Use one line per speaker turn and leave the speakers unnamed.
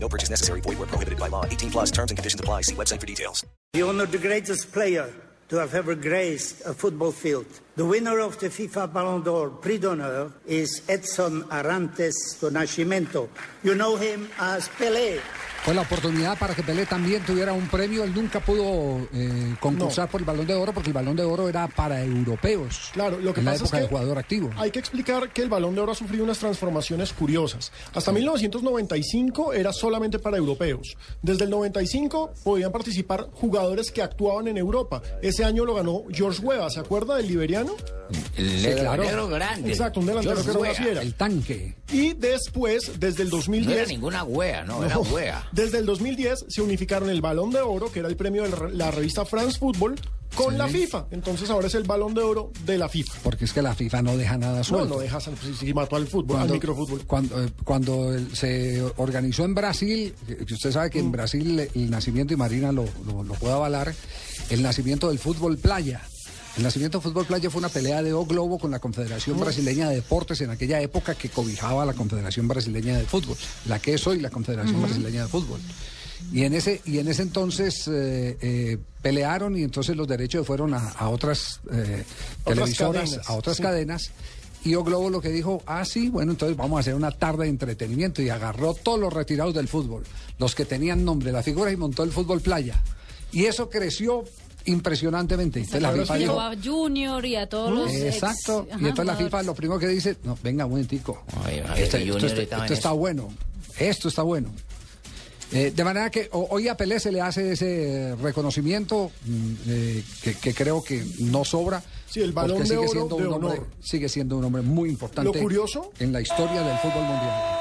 No purchase necessary. Void where prohibited by law. 18 plus terms and conditions apply. See website for details.
You honor the greatest player to have ever graced a football field. The winner of the FIFA Ballon d'Or Prix d'Honneur is Edson Arantes do Nascimento. You know him as Pelé.
Fue la oportunidad para que Pelé también tuviera un premio. Él nunca pudo eh, concursar por el Balón de Oro porque el Balón de Oro era para europeos.
Claro, lo que
en la época
pasa es
del
que
jugador activo.
Hay que explicar que el Balón de Oro ha sufrido unas transformaciones curiosas. Hasta 1995 era solamente para europeos. Desde el 95 podían participar jugadores que actuaban en Europa. Ese año lo ganó George Weah, ¿se acuerda del liberiano?
El delantero grande.
Exacto, un delantero
George
que era una
Weah.
fiera.
El tanque.
Y después, desde el
No era
2010,
ninguna wea, no, era wea.
desde el 2010 se unificaron el Balón de Oro, que era el premio de la re- la revista France Football, con la FIFA. Entonces ahora es el Balón de Oro de la FIFA.
Porque es que la FIFA no deja nada
No,
suelto.
no dejas al, si- si mató al fútbol, al microfútbol.
Cuando, eh, cuando el- se organizó en Brasil, que que usted sabe que
Mm.
en Brasil eh, el nacimiento, y Marina lo, lo- lo puede avalar, el nacimiento del fútbol playa. El nacimiento del fútbol playa fue una pelea de O Globo con la
Mm.
Confederación Brasileña de Deportes en aquella época que cobijaba la Confederación Brasileña de Fútbol, la que es hoy la Confederación Brasileña de Fútbol. Y en ese, y en ese entonces eh, eh, pelearon y entonces los derechos fueron a, a otras, eh, televisoras,
cadenas,
a otras
sí.
cadenas cadenas. Y O Globo lo que dijo, ah, sí, bueno, entonces vamos a hacer una tarde de entretenimiento. Y agarró todos los retirados del fútbol, los que tenían nombre, las figuras, y montó el fútbol playa. Y eso creció impresionantemente. Entonces la FIFA
Llegó
dijo,
a Junior y a todos los. ex-
Eh, exacto.
ajá,
Y entonces la
jugadores.
FIFA lo primero que dice, no, venga, un momentico.
Ay, a ver,
Este-
que
Esto,
Junior
esto-
estaba en
esto está
eso.
bueno, esto está bueno. Eh, de manera que ho- hoy a Pelé se le hace ese reconocimiento mm, eh, que, que creo que no sobra.
Sí, el Balón
porque
de
sigue
Oro
siendo
de
un hombre,
honor.
sigue siendo un hombre muy importante
Lo curioso-
en la historia del fútbol mundial.